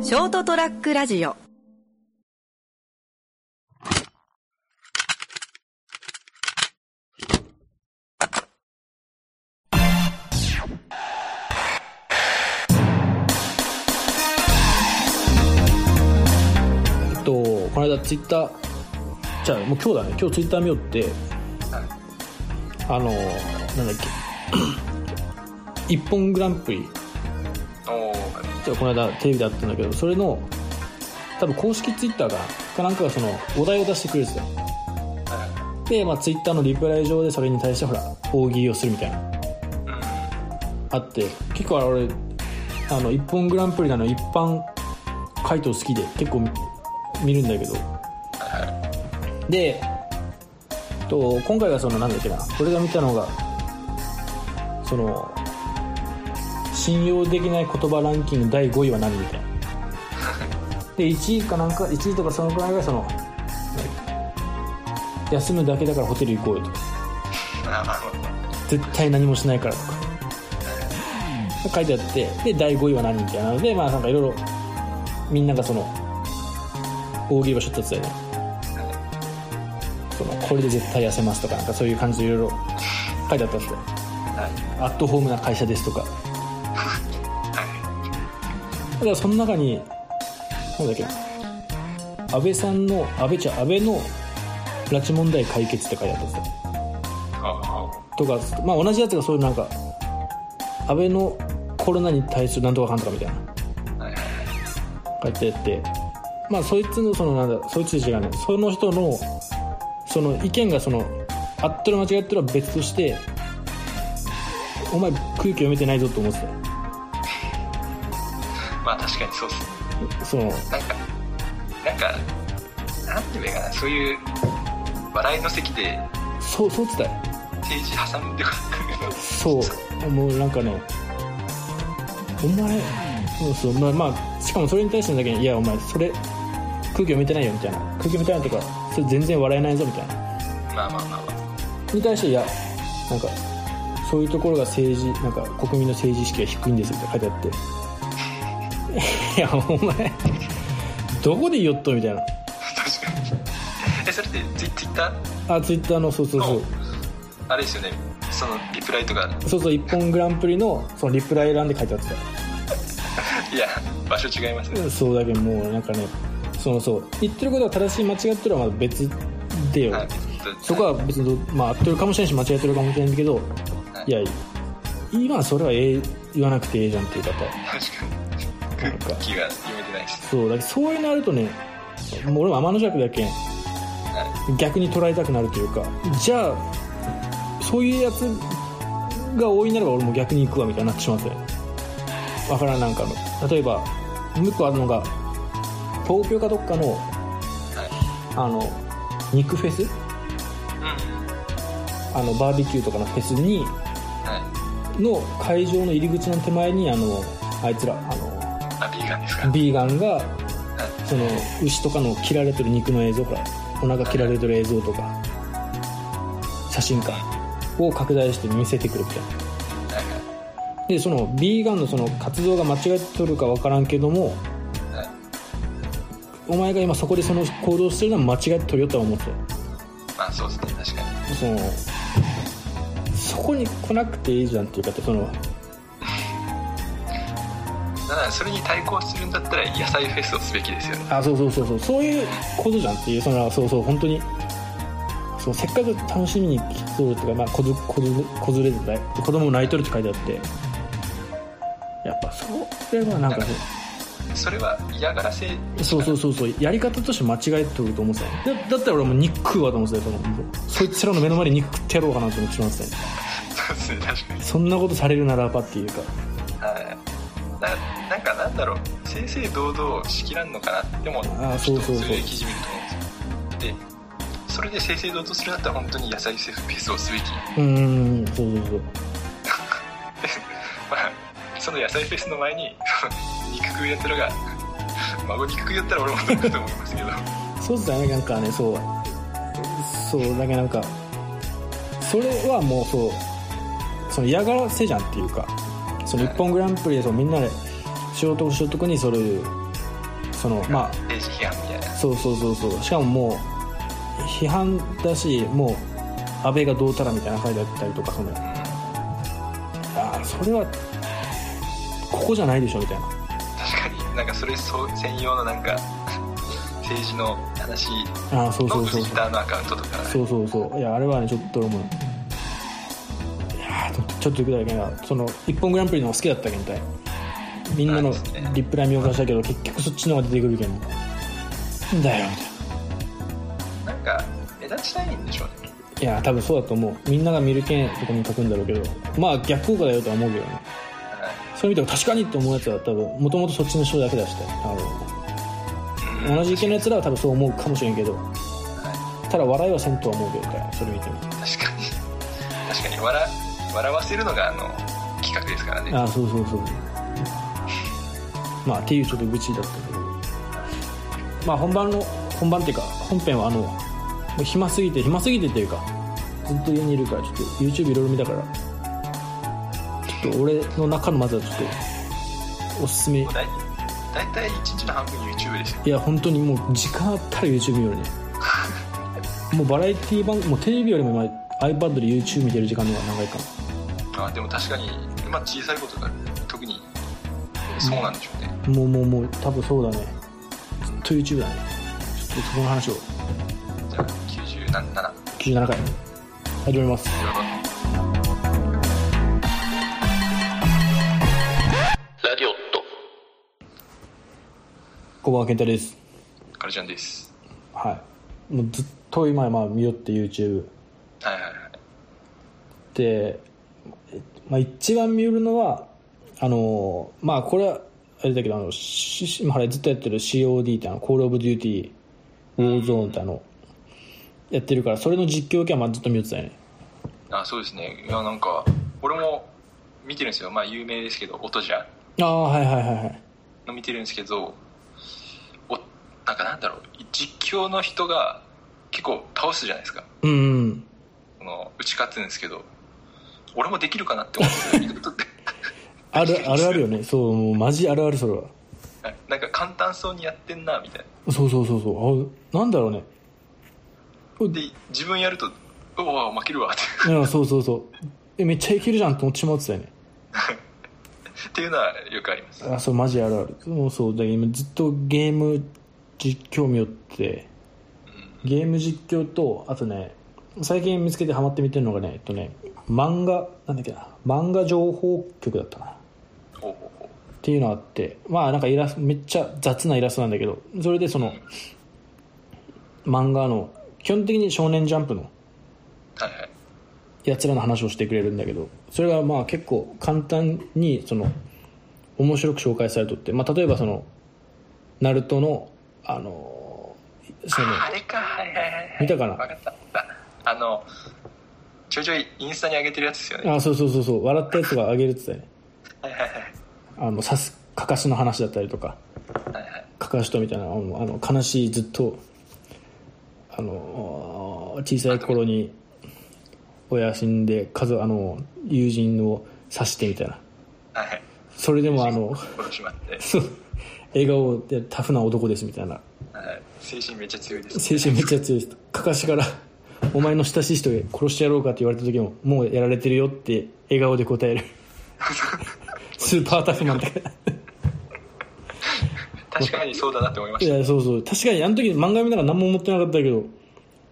ショートトラックラジオえっとこの間ツイッターじゃあもう今日だね今日ツイッター見よって、あのなんだっけ 一本グランプリおーじゃあこの間テレビであったんだけどそれの多分公式ツイッターかなかなんかがそのお題を出してくれてたよで、まあ、ツイッターのリプライ上でそれに対してほら大喜利をするみたいなあって結構あれ俺あの一本グランプリなの一般回答好きで結構見見るんだけどでと今回がそのなんだっけな俺が見たのがその信用できない言葉ランキング第5位は何みたいなで1位かなんか1位とかそのくらいがその休むだけだからホテル行こうよとか絶対何もしないからとか書いてあってで第5位は何みたいなのでまあなんかいろいろみんながその大喜利場所ってやつだよねそのこれで絶対痩せますとかなんかそういう感じでいろいろ書いてあったんですよアットホームな会社ですとかだからその中になんだっけ安倍さんの安倍ちゃん安倍の拉致問題解決って書いてあったんですよとか、まあ、同じやつがそういうなんか安倍のコロナに対するなんとかかんとかみたいな書いてあってまあそいつのそのなんだそいつ違うねその人のその意見がその合ってる間違ってるは別としてお前空気読めてないぞと思ってたよまあ確かにそうっそすねのなんかなんかなんて言えばいいかなそういう笑いの席でそうそうっつったよ政治挟んでくるそうもうなんかねお前そうそうまあまあしかもそれに対してだけに「いやお前それ空気読めてないよ」みたいな「空気読めてない」とか「それ全然笑えないぞ」みたいなまあまあまあまあに対して「いやなんかそういうところが政治なんか国民の政治意識が低いんです」って書いてあ って「いやお前どこで言おっと」みたいな確かにえそれってツイツイッターあツイッターのそうそうそうあれですよねそのリプライとかそうそう「一本グランプリ」のそのリプライ欄で書いてあってたいや場所違いますねそうだけどもうなんかねそのそう言ってることが正しい間違ってるのはまだ別でよ、はいそこは別にどまあ合ってるかもしれないし間違ってるかもしれないけど、い、や今それはええ言わなくてええじゃんっていう方確かに空気が読めてないしそうだけどそういうのあるとねもう俺も天の弱だけんは逆に捉えたくなるというかじゃあそういうやつが多いならば俺も逆に行くわみたいになってしまってわからんなんかの例えば向個あるのが東京かどっかのはあの肉フェスいうんあのバーベキューとかのフェスにはいの会場の入り口の手前にあのあいつらあのあビーガンですかビーガンがその牛とかの切られてる肉の映像ほらお腹切られてる映像とか写真かを拡大して見せてくるみたいなはでそのビーガンのその活動が間違ってるか分からんけどもいはいお前が今そこでその行動してるのは間違ってるよとは思ってたよまあそうですね確かにそのそこに来なくていいじゃんっていうかそのだからそれに対抗するんだったら野菜フェスをすべきですよねあそうそうそうそうそういうことじゃんっていうそのそうそう本当にそうせっかく楽しみに来そうとか、まあ、こずこず子連れてない子供も泣いとるって書いてあってやっぱそれはなんかねそれは嫌がらせそうそうそうそうやり方として間違えとると思ってたよだだったら俺もう肉食うわと思ってたよそのそいつらの目の前で肉食ってやろうかなと思ってしまってたよそうですね確かにそんなことされるならばっていうかはいななんかなんだろう正々堂々しきらんのかなってもあそうそうそういう記事見ると思うんですよでそれで正々堂々するんだったら本当に野菜セーフェスをすべきうーんそうそうそうまあその野菜フェスの前に肉食うやつらが孫肉食うやったら俺も食うと思いますけ どそうだねなんかねそうそうだけどなんかそれはもうそうその嫌がらせじゃんっていうかその「一本グランプリ」でそうみんなで仕事をしようとこにそういうそのまあ政治批判みたいなそうそうそうそうしかももう批判だしもう安倍がどうたらみたいな書いてあったりとかそのああそれはここじゃないでしょみたいな確かになんかそれそう専用のなんか政治の話ああそうそのうそツイうッターのアカウントとかそうそうそういやあれはねちょっと思ういやーちょっとぐらいかなその「一本グランプリ」の方が好きだったけんたいみんなのリプライ見ようとしたけど結局そっちの方が出てくるけんなんだよみたいななんか目立ちたいんでしょうねいや多分そうだと思うみんなが見るけんそこに書くんだろうけどまあ逆効果だよとは思うけどねそういう意味でも確かにって思うやつは多分もともとそっちの人だけだしてあはいの同じ意見のやつらは多分そう思うかもしれんけどはただ笑いはせんとは思うけどねそれ見てもい確かに確かに笑笑わせるのがあの企画ですからねああそうそうそうまあっていうちょっと愚痴だったけどまあ本番の本番っていうか本編はあのもう暇すぎて暇すぎてっていうかずっと家にいるからちょっと YouTube いろいろ見たからちょっと俺の中のまずはちょっとおすすめもうだい大体1日の半分 YouTube ですよいや本当にもう時間あったら YouTube 見るねもうバラエティ番もうテレビよりも今 iPad で YouTube 見てる時間の方が長いかもあでも確かに、まあ、小さいことが特にそうなんでしょうね、もうもうもう多分そうだねずっと YouTube だねちょっとそこの話をじゃあ97 97回始まりますラディオット小川健太ですカルちゃんですはいもうずっと今まあ見よって YouTube はいはいはいで、えまあ、一番見るのはあのーまあこれはあれだけどあのしし今原ずっとやってる COD ってあのコール・オブ・デューティーウォーゾーンってあのやってるからそれの実況系はまあずっと見よってたよねあそうですねいやなんか俺も見てるんですよまあ有名ですけど音じゃああはいはいはいはいの見てるんですけどおなんかなんだろう実況の人が結構倒すじゃないですかうんうんその打ち勝つんですけど俺もできるかなって思って見事ってあるあるあるよねそうもうマジあるあるそれは なんか簡単そうにやってんなみたいなそうそうそうそうあなんだろうねで自分やるとうわ負けるわっていやそうそうそうえめっちゃいけるじゃんと思ってしまってたよねっていうのはよくありますあそうマジあるあるもうそうだけど今ずっとゲーム実況見よってゲーム実況とあとね最近見つけてハマって見てるのがねえっとね漫画なんだっけな漫画情報局だったなほうほうほっていうのがあってまあなんかイラストめっちゃ雑なイラストなんだけどそれでその漫画の基本的に「少年ジャンプ」のうはいはいやつらの話をしてくれるんだけどそれがまあ結構簡単にその面白く紹介されとって、まあ、例えばそのナルトのあのそのああれかはいはいはいはい見たかな分かったあのちょいちょいインスタに上げてるやつですよねあそうそうそうそう笑ったやつがあげるって言ってはいはいはいたよねあのさすかかしの話だったりとかはいはいかかしとみたいなあのあの悲しいずっとあの小さい頃に親死んで家族あの友人を刺してみたいなはいはいそれでもあの殺しまって、そう笑顔でタフな男ですみたいなはい、精神めっちゃ強いです精神めっちゃ強いですかかしから「お前の親しい人へ殺してやろうか」って言われた時も「もうやられてるよ」って笑顔で答えるスーパータフマンだから確かにそうだなって思いまいしやそうそう確かにあの時漫画見ながら何も思ってなかったけど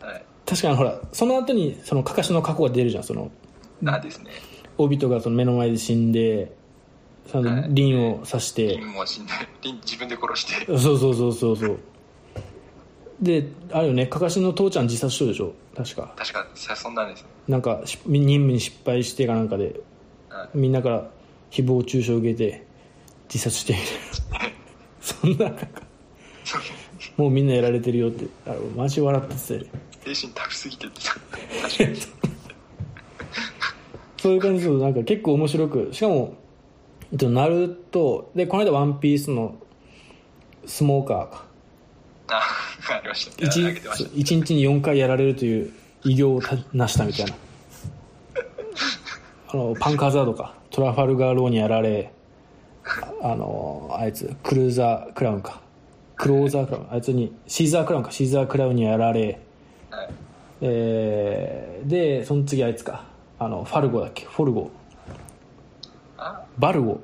たはい確かにほらその後にそのかかしの過去が出るじゃんそのあですねオビトがその目の前で死んでそのはい凛を刺してリンも死んでリン自分で殺してそうそうそうそうそうであるよねかかしの父ちゃん自殺しとるでしょ確か確かさそんなんですねなんかし任務に失敗してかなんかではいみんなから誹謗中傷を受けて自殺してみたいなそんな なんかもうみんなやられてるよってあれマジ笑ってたよね精神タフすぎてって確かにそういう感じでなんか結構面白くしかもえっとナルトでこの間「ワンピースのスモーカーかあありましたあ上げてまし1日に4回やられるという偉業をた成したみ たいなあのパンクハザードかトラファルガー・ローにやられああのあいつクルーザー・クラウンかクローザークラウンあいつにシーザークラウンかシーザークラウンにやられ、はいえーでその次あいつかあのファルゴだっけフォルゴあバルゴ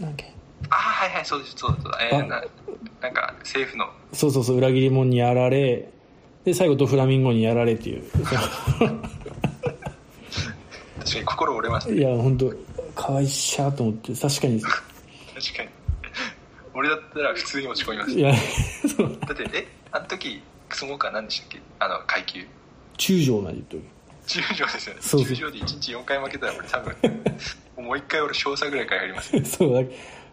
なんだっけあはいはいそうですそうですそうですえー、ななんか政府のそうそうそう裏切り者にやられで最後ドフラミンゴにやられっていう確かに心折れましたいや本当かわいっしゃーと思って確かに確かに俺だったら普通に落ち込みましいや そうただってえあの時そのか何でしたっけあの階級中将まで言っとる十条ですよねそうそう十条で1日4回負けたら俺多分もう1回俺少佐ぐらいからやりま すそうだ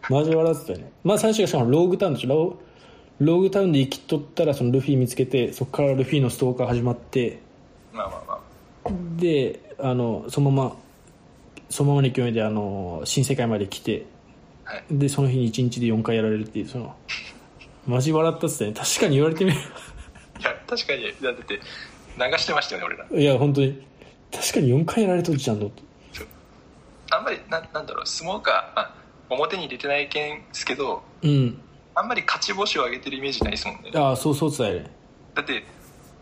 マジ笑ってたよねまあ最初がしかもローグタウンでしょローローグタウンで生きとったらそのルフィ見つけてそこからルフィのストーカー始まってまあまあまあであのそのままそのままの勢いであの新世界まで来てはいでその日に1日で4回やられるっていうそのマジ笑ったっすね確かに言われてみれいや確かにだって流してましたよね俺らばいや本当に確かに4回やられとるじゃんのあんまりななんだろう相撲かあ表に出てないけんすけどうんあんまり勝ち星を上げてるイメージないですもんねああそうそう伝えるだって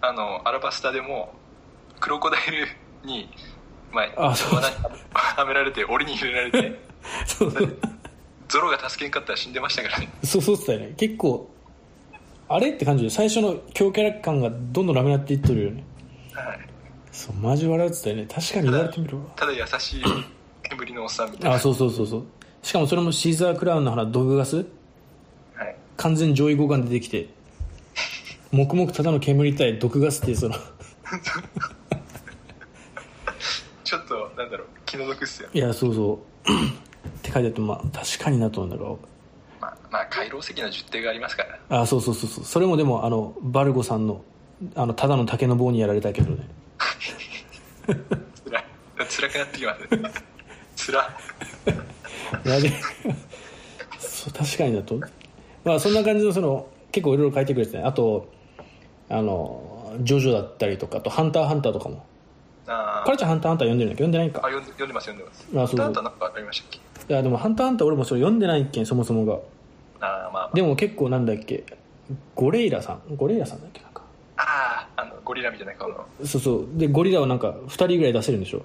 あのアラバスタでもクロコダイル に前あそう罠にはめられて檻に入れられて そうだってゾロが助けんかったら死んでましたからねそうそうっつったよね結構あれって感じで最初の強キャラ感がどんどんなくなっていっとるよねはいそうマジ笑うっつったよね確かに言われてみるわただ優しい煙のおっさんみたいなあそうそうそうそうしかもそれもシーザークラウンの花毒ガスはい完全上位互換出てきて黙々ただの煙対毒ガスっていうそのちょっとなんだろう気の毒っすよねいやそうそうって書いてあってまあ確かになと思うんだろまあまあ回廊石の十手がありますからうあそうそうそうそうそれもでもあのバルゴさんのあのただの竹の棒にやられたけどねつらい辛くなってきますねつらやべえそう確かにだとまあそんな感じのその結構いろいろ書いてくれてねあとあのジョジョだったりとかあとハンターハンターとかもあカールちゃんハンターハンター読んでるんだっけど読んでないんあか読んで読んでます読んでますあそうそうあなたなんかありましたっけいやでもハンターハンター俺もそれ読んでないっけんそもそもがあーまあまでも結構なんだっけゴレイラさんゴレイラさんだっけなんかああーあのゴリラみたいな顔のそうそうでゴリラはなんか2人ぐらい出せるんでしょ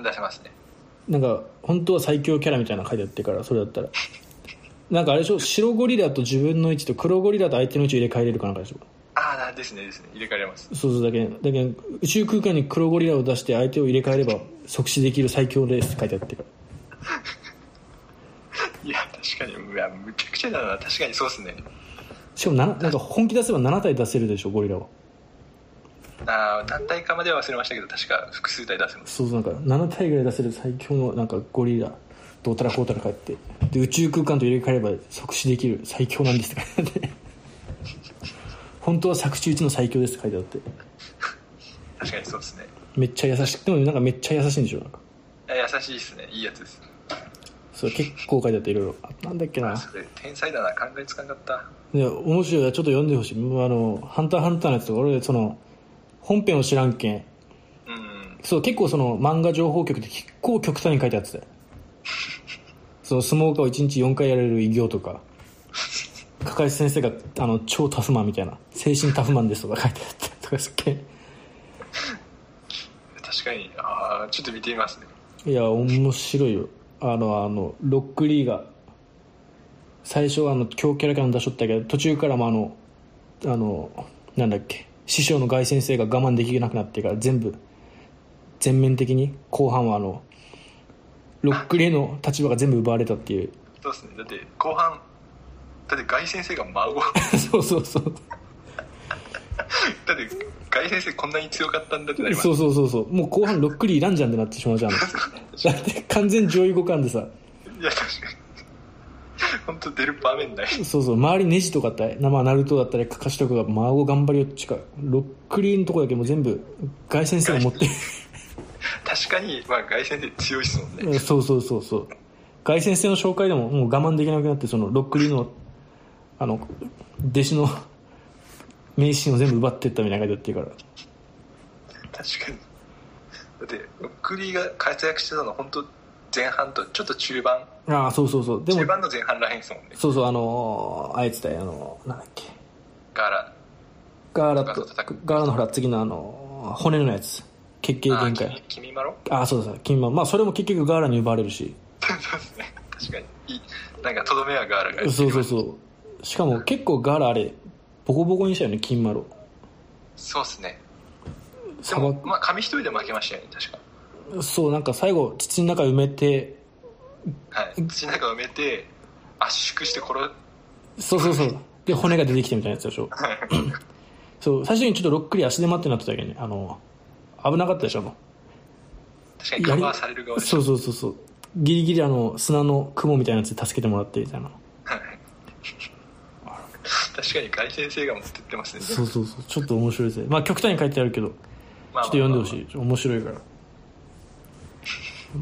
出せますねなんか本当は最強キャラみたいなの書いてあってからそれだったらなんかあれでしょ白ゴリラと自分の位置と黒ゴリラと相手の位置を入れ替えれるかなんかでしょああですねですね入れ替えられます そうそうだけんだけん宇宙空間に黒ゴリラを出して相手を入れ替えれば即死できる最強ですって書いてあってからいや確かにいやむちゃくちゃだな確かにそうっすねしかもななんか本気出せば7体出せるでしょゴリラはああ何体かまでは忘れましたけど確か複数体出せますそうそうなんか7体ぐらい出せる最強のなんかゴリラどうたらこうたらかってで宇宙空間と入れ替えれば即死できる最強なんですって書いてあって 本当は作中一の最強ですって書いてあって確かにそうっすねめっちゃ優しくでもなんかめっちゃ優しいんでしょなんかいや優しいっすねいいやつですそれ結構書いてあっていろいろあなんだっけなそれ天才だな考えつかんかったね、面白いからちょっと読んでほしいもうあの「ハンターハンター」のやつとか俺その本編を知らんけんうんそう結構その漫画情報局で結構極端に書いてあってたよその相撲家を1日4回やれる偉業とか加海先生があの超タフマンみたいな精神タフマンですとか書いてあったりとかすっげ確かにああちょっと見てみますねえいや面白いよあのあのロックリーが最初はあの強キャラから出しとったけど途中からもあのあのなんだっけ師匠の外先生が我慢できなくなってから全部全面的に後半はあのロックリーの立場が全部奪われたっていう そうですねだって後半だってガイ先生が孫 だそうそうそうってガイ先生こんなに強かったんだってなりますそうそうそうそうもう後半ロックリーいらんじゃんってなってしまう じゃんだって完全上位互換でさいや確かに 本当出る場面ないそうそう周りネジとかあったりまあナルトだったりカカシとかが孫頑張りよっちかロックリーのとこだけもう全部外先生が持って確かにまあガイ先生強いっすもんねうん そうそうそうそう外先生の紹介でももう我慢できなくなってそのロックリーのあの弟子の名シーンを全部奪ってったみたいな感じだってるから確かにだってロックリーが活躍してたの本当前半とちょっと中盤ああそうそうそうで中も盤の前半らへんっすもんねそうそうあのーあいつだよあのーなんだっけガーラガーラとガーラ叩くガーラのほら次のあの骨のやつ血形あ限ー界君君まろああそうですね金まあそれも結局ガーラに奪われるしそうですね確かにいいなんかとどめはガーラが そうそうそうしかも結構ガーラあれボコボコにしたよね金丸をそうですねで砂も漠まあ紙一人で負けましたよね確かそうなんか最後土の中埋めてはい土の中埋めて圧縮して殺そうそうそうで骨が出てきてみたいなやつでしょそう最初にちょっとろっくり足手まってなってたけどねあの危なかったでしょも確かにカバーされる側うでしたそうそうそうそうギリギリあの砂の雲みたいなやつで助けてもらってみたいな確かに外先生が持ってってますねそうそうそうちょっと面白いですねまあ極端に書いてあるけどちょまっと読んでほしいちょっと面白いから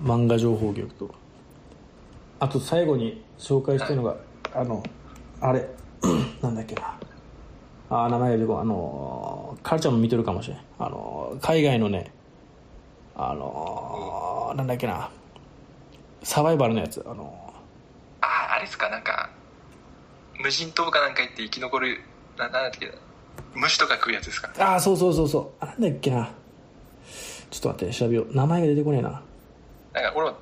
漫画情報局とあと最後に紹介したいのが、あのあれ なんだっけなあー名前が出てこないあのーカルちゃんも見てるかもしれんあのー海外のねあのーなんだっけなサバイバルのやつあのあああれっすかなんか無人島かなんか行って生き残るななんだっけ虫とか食うやつですかーああそうそうそうそうなんだっけなちょっと待って調べよう名前が出てこねえななんか俺も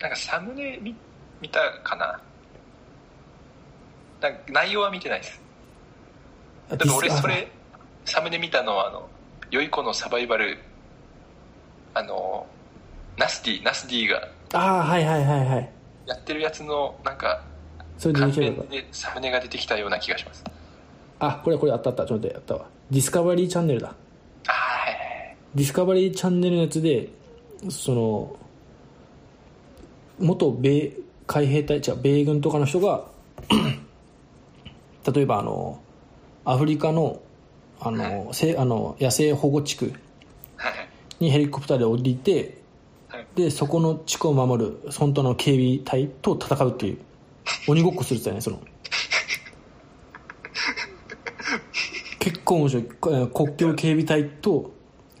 なんかサムネ見見たかななんか内容は見てないですあでも俺ディスそれサムネ見たのはあの良い子のサバイバルあのナスティナスディがああはいはいはいはいやってるやつのなんかそれで関見てれ連ばでサムネが出てきたような気がしますあこれこれあったあったちょっと待ってあったわディスカバリーチャンネルだあーはいはいはいディスカバリーチャンネルのやつでその元米海兵隊じゃ米軍とかの人が 例えばあのアフリカのあの,、せあの野生保護地区はいはいにヘリコプターで降りてはいでそこの地区を守る本当の警備隊と戦うっていう鬼ごっこするって言ってたよねその結構面白いこえー国境警備隊と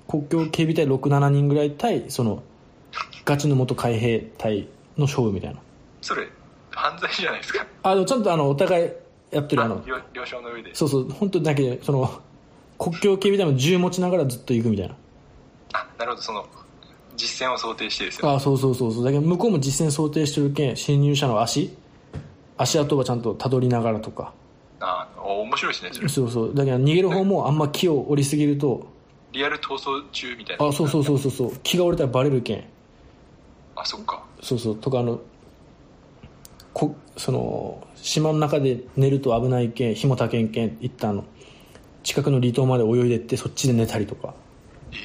国境警備隊67人ぐらい対そのガチの元海兵隊の勝負みたいなそれ犯罪じゃないですかあでもちゃんとあのお互いやってるあの了了承の上でそうそう本当だけどその国境警備隊も銃持ちながらずっと行くみたいなあなるほどその実践を想定してですよあそうそうそうそうだけど向こうも実践想定してるけん侵入者の足足跡はちゃんとたどりながらとかああ面白いですねそれそうそうだけど逃げる方もあんま木を折りすぎるとリアル逃走中みたいなあそうそうそうそうそう木が折れたらバレるけんあそっかそうそうとかあのこその島の中で寝ると危ないけん日もたけんけん一旦あの近くの離島まで泳いでってそっちで寝たりとかえ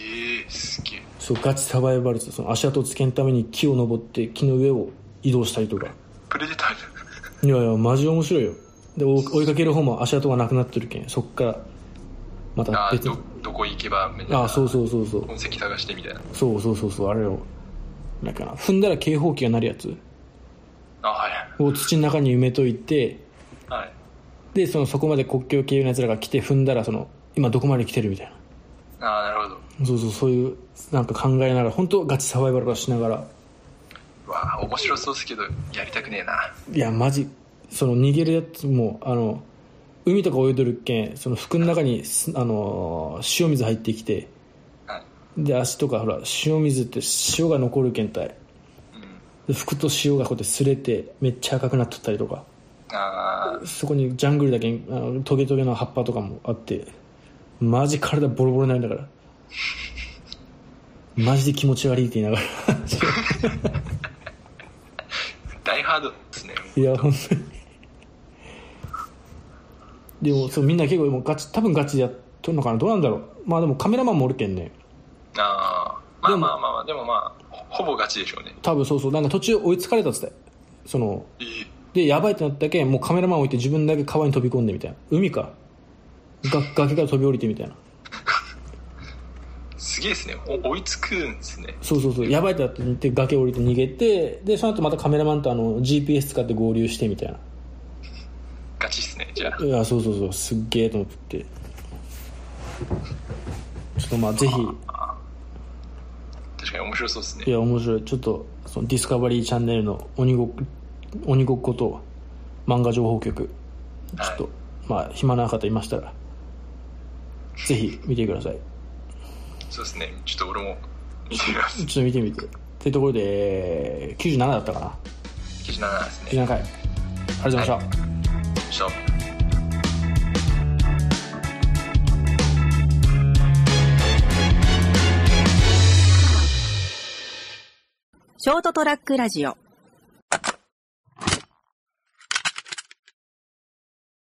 えすげえそうガチサバイバルってその足跡をつけんために木を登って木の上を移動したりとかプレデターいやいやマジ面白いよで追追いかける方も足跡がなくなってるけんそっからまだたあ別どにどこ行けばみたいなああそうそうそうそう痕跡探してみたいなそうそうそうそうあれをなんかな踏んだら警報器が鳴るやつあはいを土の中に埋めといてはいでそのそこまで国境系のやつらが来て踏んだらその今どこまで来てるみたいああなるほどなそうそうそういうなんか考えながら本当ガチサバイバル化しながらうわあ面白そうですけどやりたくねえないやマジその逃げるやつもあの海とか泳いでるけんその服の中にすあのー塩水入ってきてはいで足とかほら塩水って塩が残るけんたいうんで服と塩がこうやって擦れてめっちゃ赤くなっとったりとかあそこにジャングルだけあのトゲトゲの葉っぱとかもあってマジ体ボロボロになるんだからマジで気持ち悪いって言いながら あ大ハードですねいや本当にでもそうみんな結構もうガチ多分ガチでやっとるのかなどうなんだろうまあでもカメラマンもおるけんねああまでもあまあまあまあでもまあほほぼ勝ちでしょうね多分そうそうなんか途中追いつかれたっつってそのええでやばいってなったけんもうカメラマン置いて自分だけ川に飛び込んでみたいな海かが崖から飛び降りてみたいなすげえですねお追いつくんですねそうそうそうやばいってなって言って崖降りて逃げてでその後またカメラマンとあの GPS 使って合流してみたいなガチっすねじゃあいやそうそうそうすっげえと思ってちょっとまあぜひ確かに面白そうですねいや面白いちょっとそのディスカバリーチャンネルの鬼ごっ鬼ごっこと漫画情報局ちょっとまあ暇な方いましたらぜひ見てくださいそうですねちょっと俺も見てみます ちょっと見てみてというところで97だったかな97ですね97回ありがとうございました、はいショップショートトラックラジオ